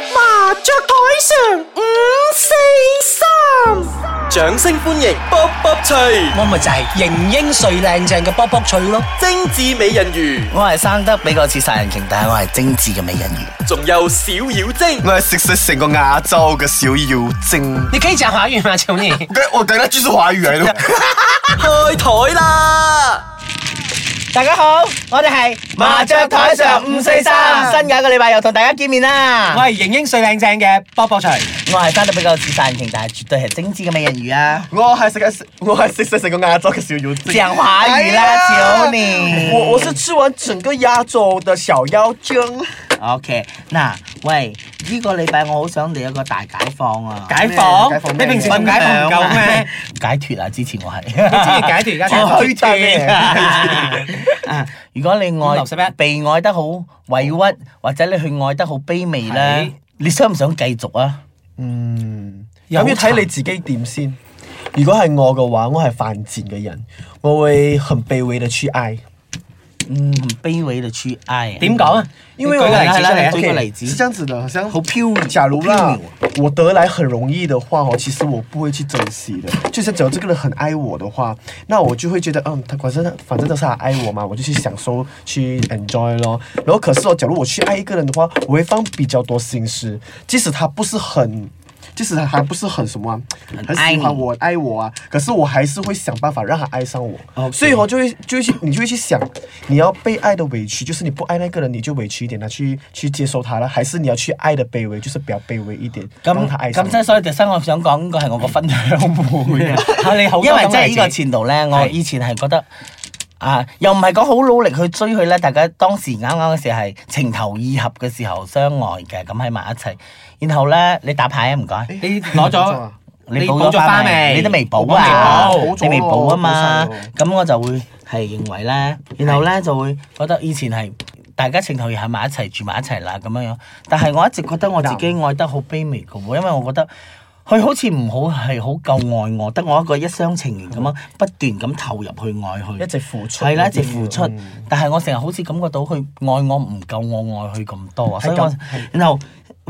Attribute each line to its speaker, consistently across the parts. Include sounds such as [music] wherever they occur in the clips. Speaker 1: 着台上五四三，掌聲歡迎卜卜脆，
Speaker 2: 我咪就係型英帥靚正嘅卜卜脆咯，
Speaker 1: 精緻美人魚，
Speaker 3: 我係生得比較似殺人鯨，但係我係精緻嘅美人魚。
Speaker 1: 仲有小妖精，
Speaker 4: 我係食食成個亞洲嘅小妖精。
Speaker 2: 你可以講華語嗎？求你。
Speaker 4: 我等下繼續華語嚟咯。
Speaker 1: 開台啦！
Speaker 3: [laughs] 大家好，我哋係新嘅一個禮拜又同大家見面啦。
Speaker 2: 我係型英帥靚正嘅卜卜脆。
Speaker 3: 我係生得比較似殺人鯨，但係絕對係精緻嘅美人魚啊！
Speaker 4: 我係食食，我係食食成個亞洲嘅小妖精。
Speaker 3: 講華語啦，求你。
Speaker 5: 我我是吃完整个亚洲的小妖精，
Speaker 3: OK，嗱，喂，呢、個禮拜我好想嚟一個大解放啊！
Speaker 2: 解放
Speaker 4: 解放，
Speaker 2: 你
Speaker 4: 咩
Speaker 2: 平時唔解放唔夠咩？？
Speaker 3: [laughs] 解脱啊！之前我係，
Speaker 2: 之前解脱而家解放
Speaker 3: [laughs] 我虛
Speaker 2: [laughs]
Speaker 3: 脱啊！如果你
Speaker 2: 五流十
Speaker 3: 愛
Speaker 2: 一
Speaker 3: 被愛得好委屈，或者你去愛得好卑微咧
Speaker 2: 係，
Speaker 3: 你想唔想繼續啊？
Speaker 5: 嗯，
Speaker 2: 有
Speaker 5: 咁要睇
Speaker 2: 層
Speaker 5: 你自己點先。如果係我嘅話，我係犯賤嘅人，我會很卑微的去愛。
Speaker 3: 嗯，卑微的去愛啊。
Speaker 2: 點講啊？
Speaker 5: 因為
Speaker 2: 你舉
Speaker 5: 我
Speaker 2: 個例子出
Speaker 3: 係啦
Speaker 2: 嚟
Speaker 3: 係啦
Speaker 2: 啊
Speaker 3: 舉！個例
Speaker 4: 是
Speaker 3: 子，
Speaker 4: 這樣子的，好像
Speaker 5: 好飄柔，假如啦，我得來很容易的話，哦，其實我不會去珍惜的。就是只要這個人很愛我的話，那我就會覺得，嗯，他反正反正都是他愛我嘛，我就去享受去 enjoy 咯。然後可是哦，假如我去愛一個人的話，我會放比較多心思，即使他不是很。即使他還不是很什麼、啊，很
Speaker 3: 愛
Speaker 5: 喜
Speaker 3: 你
Speaker 5: 歡我、愛我啊，可是我還是會想辦法讓他愛上我。所以我就會就會去，你就會去想，你要被爱的委屈，就是你不爱那个人，你就委屈一点，他去去接受他了，还是你要去爱的卑微，就是比较卑微一点，让他
Speaker 3: 咁
Speaker 5: 爱上
Speaker 3: 咁
Speaker 5: 你。
Speaker 3: 即係所以，第三我想講呢個係我個分享會啊。
Speaker 2: 嚇你好多
Speaker 3: 因為
Speaker 2: 咁嘅
Speaker 3: 真係
Speaker 2: 例
Speaker 3: 呢
Speaker 2: 子
Speaker 3: 個前度咧，我
Speaker 2: 係
Speaker 3: 以前係覺得啊，又唔係講好努力去追佢咧，大家當時啱啱嘅時候係情投意合嘅時候相愛嘅，咁喺埋一齊。然後咧，你打牌啊，唔該。
Speaker 2: 你攞咗
Speaker 3: 你
Speaker 2: 你
Speaker 3: 補
Speaker 2: 補
Speaker 3: 咗
Speaker 2: 咗
Speaker 3: 花
Speaker 2: 花
Speaker 3: 未？
Speaker 2: 未
Speaker 3: 你都未補啊
Speaker 2: 我
Speaker 4: 未補！
Speaker 3: 你未補啊嘛
Speaker 4: 補晒，
Speaker 3: 咁我就會係認為咧，然後咧就會覺得以前係大家情投意合埋一齊住埋一齊啦咁樣樣，但係我一直覺得我自己愛得好卑微嘅喎，因為我覺得。佢好似唔好係好夠愛我，得我一個一廂情願咁樣不斷咁投入去愛佢，
Speaker 5: 一直付出
Speaker 3: 係啦，嗯
Speaker 5: 嗰
Speaker 3: 一
Speaker 5: 啲
Speaker 3: 直付出。嗯但係我成日好似感覺到佢愛我唔夠我愛佢咁多啊，所以我然後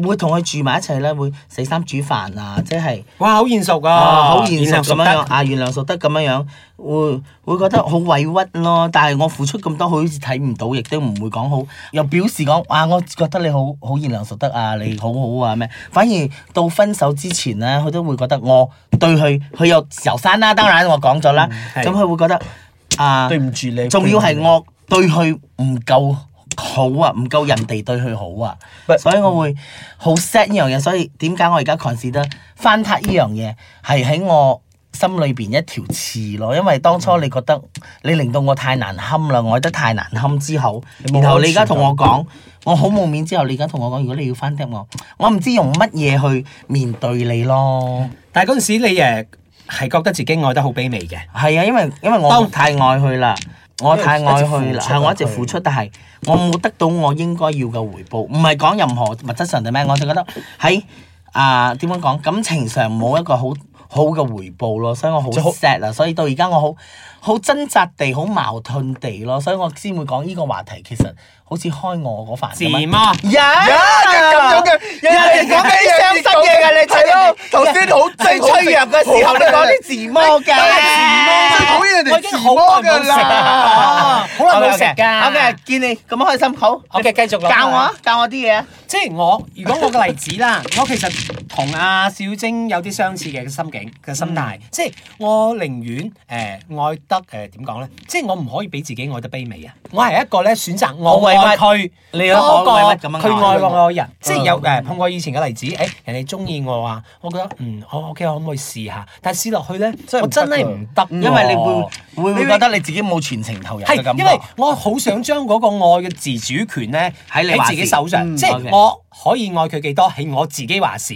Speaker 3: 會同佢住埋一齊咧，會洗衫煮飯啊，即係。
Speaker 2: 哇，好現熟噶，
Speaker 3: 啊，好現實咁樣樣，
Speaker 2: 得
Speaker 3: 啊，原諒熟得咁樣樣，會會覺得好委屈咯。但係我付出咁多，佢好似睇唔到，亦都唔會講好，又表示講啊，我覺得你好好原諒熟得啊，你好好啊咩。反而到分手之前咧，佢都會覺得我對佢，佢有由山啦，當然我講咗啦，
Speaker 2: 係
Speaker 3: 咁佢、會覺得啊，
Speaker 5: 對唔住你
Speaker 3: 仲要係我對佢唔夠好啊，唔夠人哋對佢好啊
Speaker 5: But-
Speaker 3: 所以我會好 sad 呢樣嘢。所以點解我而家 consider 翻撻呢樣嘢係喺我心裏邊一條刺咯？因為當
Speaker 5: 嗯
Speaker 3: 初你覺得你令到我太難堪啦，我愛得太難堪之後，
Speaker 5: 冇啊
Speaker 3: 然後
Speaker 5: 安
Speaker 3: 你而
Speaker 5: 全
Speaker 3: 家同
Speaker 5: 感
Speaker 3: 我講。我好冇面之後，你而家同我講，如果你要翻嗒我，我唔知用乜嘢去面對你咯。
Speaker 2: 但係嗰陣時你誒係覺得自己愛得好卑微嘅，
Speaker 3: 係啊，因為因為我
Speaker 2: 當
Speaker 3: 太愛佢啦，我太愛佢啦，係
Speaker 5: 因為
Speaker 3: 我
Speaker 5: 我
Speaker 3: 一
Speaker 5: 一
Speaker 3: 直
Speaker 5: 直
Speaker 3: 付
Speaker 5: 付
Speaker 3: 出，
Speaker 5: 出
Speaker 3: 但係我冇得到我應該要嘅回報，唔係講任何物質上定咩，我就覺得喺啊點樣講感情上冇一個好好嘅回報咯，所以我好
Speaker 5: 就好
Speaker 3: sad 啊，所以到而家我好好掙扎地、好矛盾地咯，所以我先會講呢個話題，其實好似開我嗰飯
Speaker 2: 自
Speaker 3: 咁啊。
Speaker 2: 摸。
Speaker 3: 呀！
Speaker 4: 咁樣嘅
Speaker 3: 人哋講啲傷心嘢㗎，你睇咯。
Speaker 4: 頭先好
Speaker 3: 最脆弱嘅時候，你講啲自摸嘅。
Speaker 4: 討厭人
Speaker 2: 我
Speaker 3: [laughs]
Speaker 4: 哋
Speaker 2: 已經
Speaker 4: 自
Speaker 2: 好
Speaker 4: 摸
Speaker 2: 耐冇
Speaker 4: 㗎
Speaker 2: 食
Speaker 4: 啦。
Speaker 2: 好耐冇食㗎。
Speaker 3: 啊好嘅，見你咁開心，好。
Speaker 2: OK，繼續落去
Speaker 3: 教我啊，教我啲嘢啊。
Speaker 2: 即係我，如果我嘅例子啦， [laughs] 我其實同阿小晶有啲相似嘅心境嘅心態，即係我寧願誒、呃、愛得誒點講咧，即係我唔可以俾自己愛得卑微啊！我係一個咧選擇
Speaker 3: 好
Speaker 2: 我
Speaker 3: 委屈
Speaker 2: 愛佢
Speaker 3: 你都
Speaker 2: 多
Speaker 3: 好
Speaker 2: 過
Speaker 3: 委屈咁樣
Speaker 2: 佢嗯
Speaker 3: 愛
Speaker 2: 愛我嘅人，即係有誒碰過以前嘅例子，誒、人哋中意我啊，我覺得嗯我 OK，我可唔可以試下？但係試落去咧，我真係唔得，嗯
Speaker 3: 因為你
Speaker 2: 喎
Speaker 3: 會會會覺哦得你自己冇全程投入嘅感
Speaker 2: 係，
Speaker 3: 覺。
Speaker 2: 因為我好想將嗰個愛嘅自主權咧
Speaker 3: 喺你話
Speaker 2: 喺自己
Speaker 3: 事
Speaker 2: 手上，
Speaker 3: 嗯
Speaker 2: 即
Speaker 3: OK
Speaker 2: 係我可以愛佢幾多係我自己話事。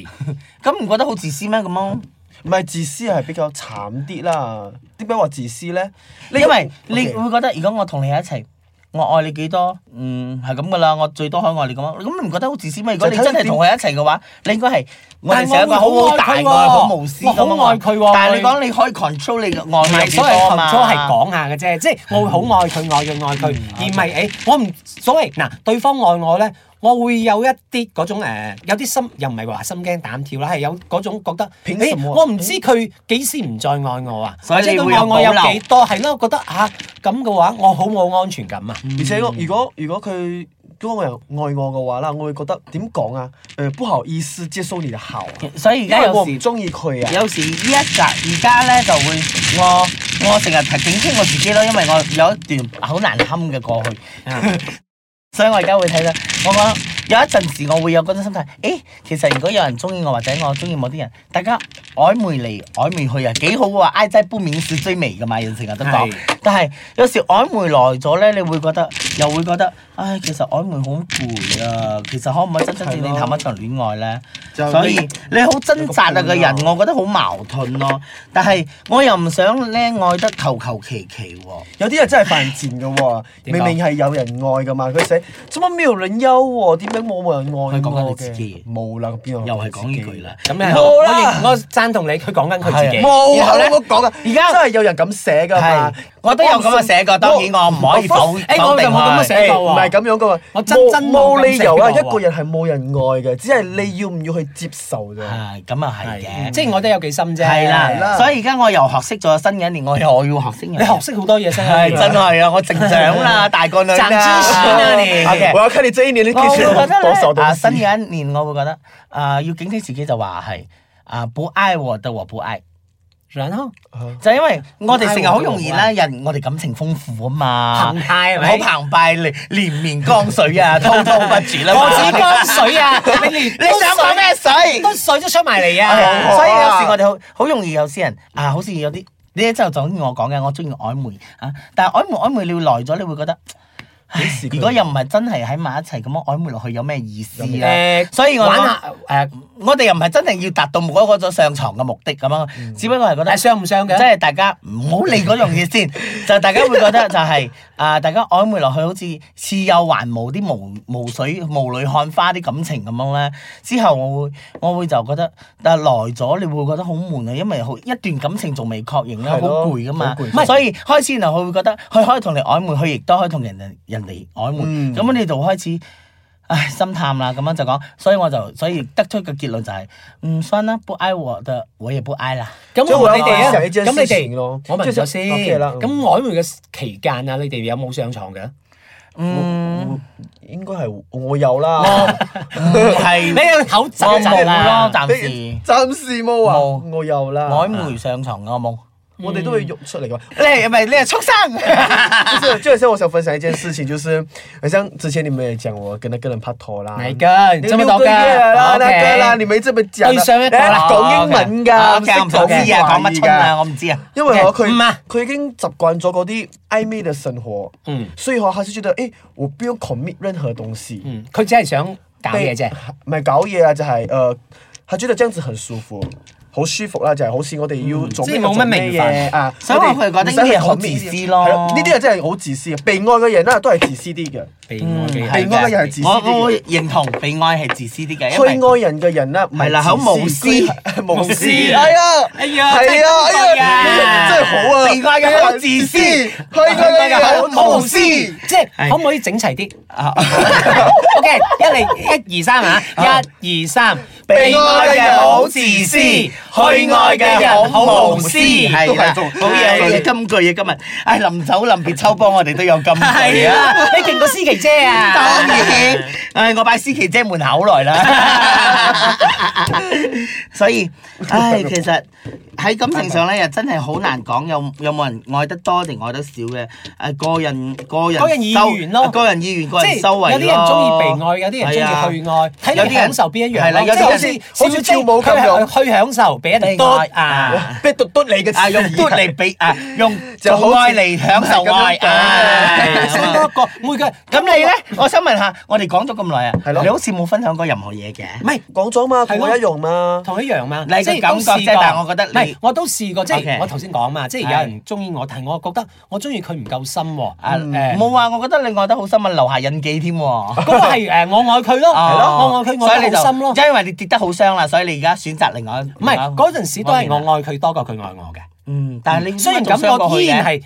Speaker 3: 咁唔覺得好自私咩？咁樣，
Speaker 5: 唔係自私啊係比較慘啲啦。點解話自私呢？
Speaker 3: 因為你
Speaker 5: OK
Speaker 3: 會覺得如果我同你喺一齊。我愛你幾多？嗯，係咁噶啦，我最多可以愛你咁樣。咁你唔覺得好自私咩？如果你
Speaker 5: 就睇
Speaker 3: 真
Speaker 5: 你
Speaker 3: 係同佢一齊嘅話，你應該係我哋成一個
Speaker 2: 但係
Speaker 3: 好
Speaker 2: 我
Speaker 3: 好
Speaker 2: 會
Speaker 3: 大
Speaker 2: 好愛佢
Speaker 3: 愛、
Speaker 2: 喎
Speaker 3: 好無私咁啊
Speaker 2: 我好愛佢喎
Speaker 3: 但係你講你可以 control 你嘅
Speaker 2: 唔
Speaker 3: 愛
Speaker 2: 係
Speaker 3: 有幾
Speaker 2: 所
Speaker 3: 多
Speaker 2: 謂
Speaker 3: 啊嗯
Speaker 2: control
Speaker 3: 嘛？
Speaker 2: 係嗯講下嘅啫，即係我會好愛佢，愛佢，愛佢，而唔係誒我唔所謂嗱，對方愛我咧，我會有一啲嗰種、呃、有啲心又唔係話心驚膽跳啦，係有嗰種覺得，
Speaker 5: 憑
Speaker 2: 誒
Speaker 5: 什麼
Speaker 2: 我唔知佢幾時唔再愛我啊，
Speaker 3: 嗯所以
Speaker 2: 即係
Speaker 3: 你會
Speaker 2: 佢
Speaker 3: 有
Speaker 2: 愛我有
Speaker 3: 保留
Speaker 2: 幾多係咯？我覺得啊咁嘅話，我好冇安全感啊！
Speaker 3: 嗯
Speaker 5: 而且我如果如果佢如果我又愛我嘅話啦，我會覺得點講啊？誒、不好意思接受你嘅好啊，
Speaker 3: 所以而
Speaker 5: 因
Speaker 3: 家
Speaker 5: 為
Speaker 3: 有
Speaker 5: 我唔
Speaker 3: 時。
Speaker 5: 中意佢啊。
Speaker 3: 有時呢一集而家咧就會我我成日提警惕我自己咯，因為我有一段好難堪嘅過去，
Speaker 5: 嗯
Speaker 3: [laughs] 所以我而家會睇到我講有一陣時我會有嗰種心態，誒其實如果有人中意我或者我中意某啲人，大家曖昧嚟曖昧去啊，幾好喎，挨擠杯面是追尾噶嘛，有成日都講
Speaker 2: 係。
Speaker 3: 但係有時曖昧耐咗咧，你會覺得又會覺得，唉，其實曖昧好攰啊，其實可唔可以真真正正
Speaker 5: 係咯
Speaker 3: 談一場戀愛咧？
Speaker 5: 就
Speaker 3: 所
Speaker 5: 你
Speaker 3: 以你好掙扎啊
Speaker 5: 有個
Speaker 3: 個
Speaker 5: 伴
Speaker 3: 人
Speaker 5: 啊，
Speaker 3: 我覺得好矛盾咯。但係我又唔想咧愛得求求其其
Speaker 2: 哦
Speaker 3: 喎。
Speaker 5: 有啲人真係犯賤
Speaker 3: [laughs]
Speaker 5: 嘅喎，
Speaker 2: 點
Speaker 5: 明
Speaker 2: 講
Speaker 5: 明係有人愛嘅嘛，佢寫做乜沒有人休喎？點解冇人愛我
Speaker 3: 佢講緊你
Speaker 5: 嘅？
Speaker 3: 自己
Speaker 5: 冇啦，邊有
Speaker 3: 又係講呢句啦。
Speaker 2: 咁咧，
Speaker 5: 冇
Speaker 2: 我
Speaker 5: 啦
Speaker 2: 認我贊同你，佢講緊佢自己
Speaker 3: 係。
Speaker 5: 冇
Speaker 3: 然
Speaker 5: 啊！
Speaker 3: 後
Speaker 5: 我
Speaker 3: 咧
Speaker 5: 冇講啊，
Speaker 3: 而家
Speaker 5: 真係有人咁寫㗎嘛
Speaker 3: 係？，我都有咁嘅寫過，當然我唔可以否
Speaker 2: 我誒
Speaker 3: 否
Speaker 2: 我就
Speaker 3: 定
Speaker 2: 冇咁嘅
Speaker 3: 佢。
Speaker 2: 寫過喎
Speaker 5: 唔係咁樣噶嘛，
Speaker 2: 我真
Speaker 5: 冇
Speaker 2: 真冇
Speaker 5: 冇
Speaker 2: 咁
Speaker 5: 理由啊！
Speaker 2: 寫
Speaker 5: 一
Speaker 2: 過喎
Speaker 5: 個人係冇人愛嘅，只係你要唔要去接受啫。
Speaker 3: 係咁啊，係
Speaker 2: 係，
Speaker 3: 嘅，
Speaker 2: 即係我都有幾深啫。
Speaker 3: 係
Speaker 5: 係
Speaker 3: 啦。
Speaker 5: 啦
Speaker 3: 所以而家我又學識咗新嘅一年，我又要學識人。
Speaker 2: 你學識好多嘢先啊
Speaker 3: 係真係啊！我成長
Speaker 2: [laughs]
Speaker 3: 啦，大個女啦。
Speaker 2: 長知
Speaker 3: [laughs]
Speaker 2: 識啦啊你
Speaker 3: OK
Speaker 5: 啊我要看你這一年你可
Speaker 3: 我
Speaker 5: 以
Speaker 3: 會
Speaker 5: 學
Speaker 3: 覺
Speaker 5: 到
Speaker 3: 得
Speaker 5: 多少
Speaker 3: 咧，啊
Speaker 5: 東
Speaker 3: 新
Speaker 5: 西。
Speaker 3: 嘅一年我會覺得啊，要警惕自己就話係啊，不愛我的我不愛。
Speaker 2: 然後
Speaker 5: 啊
Speaker 3: 就因為我哋成日好容易啦，人我哋感情豐富啊嘛，
Speaker 2: 澎湃係咪
Speaker 3: 好澎湃，連連綿江水 [laughs] 啊，滔滔不絕啦嘛。
Speaker 2: 我指江水
Speaker 3: [laughs]
Speaker 2: 啊，你連
Speaker 3: 你想講咩水？
Speaker 2: 都水都出埋嚟
Speaker 3: 啊
Speaker 2: 啊！
Speaker 3: 所以有時我哋好好容易有啲人啊，好似有啲呢就就好似我講嘅，我中意曖昧啊，但係曖昧曖昧你會耐咗，你會覺得。唉
Speaker 5: 時佢
Speaker 3: 啊如果又唔係真係喺埋一齊咁樣曖昧落去，有咩意思
Speaker 2: 誒、
Speaker 3: 啊？所以我
Speaker 2: 玩
Speaker 3: 講
Speaker 2: 下誒，
Speaker 3: [laughs] 我哋又唔係真係要達到嗰個咗上床嘅目的咁樣，只不過係覺得
Speaker 2: 但係傷唔傷嘅
Speaker 3: 即係大家唔好理嗰樣嘢
Speaker 5: [laughs]
Speaker 3: 先，就大家會覺得就係、啊、大家曖昧落去好似似有還無啲無無水無淚看花啲感情咁樣咧。之後我會我會就覺得，但係耐咗你會覺得好悶啊，因為好一段感情仲未確認啦，好
Speaker 5: 係咯
Speaker 3: 攰噶嘛
Speaker 5: 好。攰
Speaker 3: 唔係所以開始然後佢會覺得佢可以同你曖昧，佢亦都可以同人哋人哋曖昧，
Speaker 5: 嗯
Speaker 3: 咁、你就開始。唉，心淡啦，咁樣就講，所以我就所以得出個結論就係、唔算啦，不愛我的我也不愛啦。
Speaker 2: 咁我問你哋啊，
Speaker 5: 即係
Speaker 2: 咁你
Speaker 5: 我有時候有一件事情
Speaker 2: 哋
Speaker 5: 咯，
Speaker 2: 我問咗先。
Speaker 5: 即係 OK 啦
Speaker 2: 咁曖昧嘅期間啊，你哋有冇上床嘅？
Speaker 3: 嗯，
Speaker 5: 應該係我有啦， [laughs]
Speaker 2: [laughs] 你
Speaker 3: 係
Speaker 2: 個口
Speaker 3: 我
Speaker 2: 窒
Speaker 3: 冇
Speaker 2: 窒
Speaker 3: 咯，
Speaker 2: 啦，
Speaker 3: 暫時
Speaker 5: 暫時冇啊，
Speaker 3: 冇
Speaker 5: 我有啦。
Speaker 3: 曖昧上床我冇。
Speaker 5: 我哋都會喐出嚟㗎嘛。
Speaker 3: 你係咪你係畜生？嗯
Speaker 5: 就是，就好像我想分享一件事情，就是，好像之前你們也講我跟那個人拍拖啦，
Speaker 2: 哪個你
Speaker 5: 那
Speaker 2: 這麼多
Speaker 5: 六個
Speaker 2: 個
Speaker 5: 月啦，
Speaker 3: 哦
Speaker 2: OK
Speaker 5: 啊那個啦，你們這麼講啦，
Speaker 2: 對上一個啦
Speaker 5: 哎講英文㗎，
Speaker 3: 哦，OK，
Speaker 5: 識
Speaker 3: 我唔想知啊，講乜春啊，
Speaker 5: 㗎。
Speaker 3: 我唔知啊。
Speaker 5: 因為我
Speaker 2: OK，
Speaker 5: 佢
Speaker 2: 嗯啊
Speaker 5: 佢已經習慣咗嗰啲曖昧的生活，
Speaker 2: 嗯
Speaker 5: 所以我還是覺得，誒，我不用 commit 任何東西，
Speaker 2: 嗯，佢只係想搞嘢啫。
Speaker 5: 唔係搞嘢啊，就係、呃，佢覺得這樣子很舒服。好舒服啦，就係好似我哋要做
Speaker 2: 即係
Speaker 5: 咩
Speaker 2: 冇乜
Speaker 5: 做咩
Speaker 2: 名分
Speaker 5: 嘢啊，
Speaker 3: 所以話佢覺得呢啲人好自私咯
Speaker 5: 係呢啲人啊真係好自私嘅，被愛嘅人啦啊都係自私啲嘅。
Speaker 2: 被愛嘅人
Speaker 5: 被愛嘅人係自私
Speaker 3: 我
Speaker 5: 啲嘅
Speaker 3: 我會認同被愛係自私啲嘅，因
Speaker 5: 去
Speaker 3: 為
Speaker 5: 愛人嘅人咧，啊唔
Speaker 3: 係啦好無私
Speaker 5: [laughs] 無私，
Speaker 2: 私
Speaker 5: 係啊，
Speaker 2: 哎呀
Speaker 5: 係啊，
Speaker 2: 真係
Speaker 5: 哎
Speaker 2: 啊
Speaker 5: 呀，真係好啊，
Speaker 3: 被愛嘅好自私
Speaker 5: 去愛嘅人好無私，
Speaker 2: 即係可唔可以整齊啲 [laughs] ？OK，一嚟一二三啊，一二三，
Speaker 5: 被愛嘅好自
Speaker 3: 私去愛嘅人好無私，係啦，好嘢，金句啊今日，唉，臨走臨別秋波，我哋都有金句
Speaker 2: 係
Speaker 3: 啊。
Speaker 2: 啊，你勁過思
Speaker 3: [laughs]
Speaker 2: 琪姐啊！
Speaker 3: 當然，唉，我拜思琪姐門口來
Speaker 5: [laughs]
Speaker 3: 啦。所以，唉，其實喺感情上咧，又真係好難講有有冇人愛得多定愛得少嘅。誒，個人個人
Speaker 2: 個人意
Speaker 3: 修
Speaker 2: 願咯
Speaker 3: 個人意願，個
Speaker 2: 即
Speaker 3: 人
Speaker 2: 係
Speaker 3: 修為
Speaker 2: 有啲人中意被
Speaker 3: 咯
Speaker 2: 愛，有啲人
Speaker 3: 係啊
Speaker 2: 中意去愛，睇
Speaker 3: 有啲
Speaker 2: 你
Speaker 3: 人
Speaker 2: 享受邊一樣咯。
Speaker 3: 係啦有啲
Speaker 2: 即係好
Speaker 3: 人
Speaker 2: 似
Speaker 5: 好似
Speaker 2: 小姐
Speaker 5: 跳舞咁樣
Speaker 2: 去去享受，俾人哋
Speaker 3: 被愛
Speaker 2: 多啊！
Speaker 5: 逼到嘟你嘅
Speaker 3: 啊，用
Speaker 5: 字
Speaker 3: 嘟
Speaker 5: [laughs]
Speaker 3: 嚟
Speaker 2: [laughs]
Speaker 3: 比啊，用
Speaker 5: 就好
Speaker 3: 做
Speaker 5: 似
Speaker 3: 愛嚟享受愛
Speaker 5: 唔係咁樣講
Speaker 3: 啊。
Speaker 2: 生多一個每個
Speaker 3: 咁你咧？我想問下，我哋講咗咁耐啊，
Speaker 5: 係咯
Speaker 3: 你好似冇分享過任何嘢嘅。
Speaker 2: 唔係。
Speaker 5: 講咗嘛，
Speaker 2: 係
Speaker 5: 同
Speaker 2: 咯
Speaker 5: 我一樣嘛，
Speaker 2: 同一樣嘛，
Speaker 3: 你嘅
Speaker 2: 即係
Speaker 3: 感
Speaker 2: 都
Speaker 3: 覺啫
Speaker 2: 試過
Speaker 3: 但係我覺得你
Speaker 2: 唔係，我都試過，即
Speaker 3: OK
Speaker 2: 係我頭先講嘛，即係有
Speaker 3: 係
Speaker 2: 人中意我，但係我覺得我中意佢唔夠深喎。
Speaker 3: 啊，
Speaker 2: 誒
Speaker 3: 冇啊，我覺得你愛得好深啊，留下印記添喎。哦
Speaker 2: 嗰個係誒我愛佢咯，係咯，我愛佢
Speaker 3: 所以
Speaker 2: 愛
Speaker 3: 你
Speaker 2: 得
Speaker 3: 就
Speaker 2: 好深咯。
Speaker 3: 因為你跌得好傷啦，所以你而家選擇另外
Speaker 2: 唔係嗰陣時都係我愛佢多過佢愛我嘅。
Speaker 3: 嗯，但係你
Speaker 2: 雖然咁，我依然係，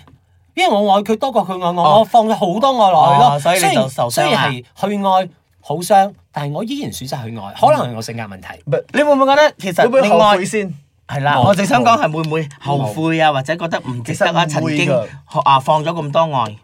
Speaker 2: 因為我愛佢多過佢愛我，
Speaker 3: 哦
Speaker 2: 我放咗好多愛落去
Speaker 3: 哦
Speaker 2: 咯。
Speaker 3: 所以你
Speaker 2: 雖然
Speaker 3: 就受傷啦
Speaker 2: 雖然係去愛好傷，但係我依然選擇去愛，可能係我性格問題。
Speaker 3: 你會唔會覺得其實
Speaker 5: 會唔會
Speaker 3: 另
Speaker 5: 後
Speaker 3: 外
Speaker 5: 悔先？
Speaker 3: 係啦，
Speaker 2: 冇
Speaker 3: 我淨想講係會唔會後悔啊，或者覺得唔值得啊？
Speaker 5: 其實
Speaker 3: 曾
Speaker 5: 唔會
Speaker 3: 經
Speaker 5: 㗎
Speaker 3: 啊放咗咁多愛，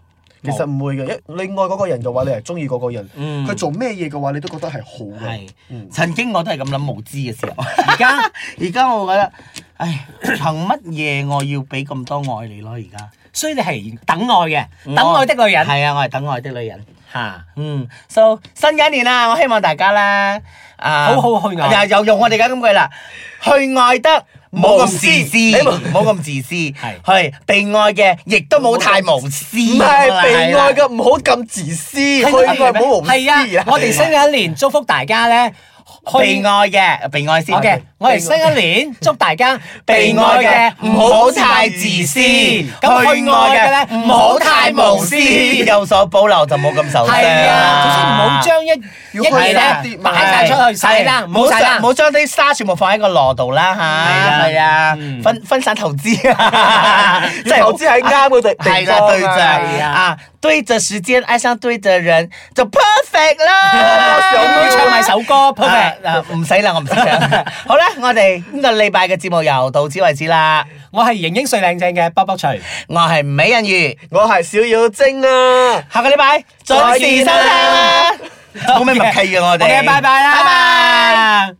Speaker 5: 其實唔會嘅，一你愛嗰個人嘅話，你係中意嗰個人，
Speaker 3: 嗯
Speaker 5: 佢做咩嘢嘅話，你都覺得係好
Speaker 2: 嗯
Speaker 5: 嘅。
Speaker 3: 係曾經我都係咁諗無知嘅時候。
Speaker 2: 而家 [laughs]
Speaker 3: 而家我覺得，唉，憑乜嘢我要俾咁多愛你咯？而家
Speaker 2: 所以你係等愛嘅，等愛的女人
Speaker 3: 係啊，我係等愛的女人。
Speaker 2: 嚇。
Speaker 3: 嗯，so Ừ. 新嘅一年啦，我希望大家咧，啊，
Speaker 2: 好好去愛
Speaker 3: 又又用我哋而家咁句啦，去愛得冇咁自私，
Speaker 5: 無私
Speaker 3: 冇咁自私，
Speaker 2: 係
Speaker 3: 係被愛嘅，亦都冇太無私，
Speaker 5: 唔係被愛嘅，唔好咁自
Speaker 2: [laughs]
Speaker 5: 私，去愛唔好無私
Speaker 2: 係啊！我哋新嘅一年祝福大家咧，
Speaker 3: 被
Speaker 2: 去
Speaker 3: 愛嘅，被愛先。
Speaker 2: 好嘅，我哋新一年祝大家 [laughs] 被愛嘅唔好太自私，咁去愛嘅咧唔好太無私。
Speaker 3: 有所保留就冇咁受傷。
Speaker 2: 係啊，總之唔
Speaker 3: À.
Speaker 2: 好將一一
Speaker 5: 要
Speaker 2: 嘢
Speaker 5: 去啦
Speaker 2: 咧擺晒出去晒啦，唔好晒啦
Speaker 3: 唔。好將啲沙全部放喺個籮度啦吓，係啊，分分散投資， [laughs] 即係
Speaker 5: 投資喺啱嘅地
Speaker 3: 係
Speaker 5: 地
Speaker 3: 啦，
Speaker 5: 方
Speaker 3: 對象
Speaker 5: 啊。
Speaker 3: 啊，對着時間愛上對的人就 perfect À,
Speaker 2: 有
Speaker 3: 啦。
Speaker 2: 冇
Speaker 3: [laughs]
Speaker 2: 唱埋首歌？Perfect。
Speaker 3: 啊唔使啦，我唔識唱。好啦，我哋呢個禮拜嘅節目又到此為止啦。
Speaker 2: 我係型英帥靚正嘅卜卜脆。
Speaker 3: 我係吳美人魚，
Speaker 5: 我係小妖精啊！
Speaker 3: 下個禮拜準時收聽啦。好咩默契嘅我哋，
Speaker 2: OK，拜拜啦
Speaker 3: 拜拜。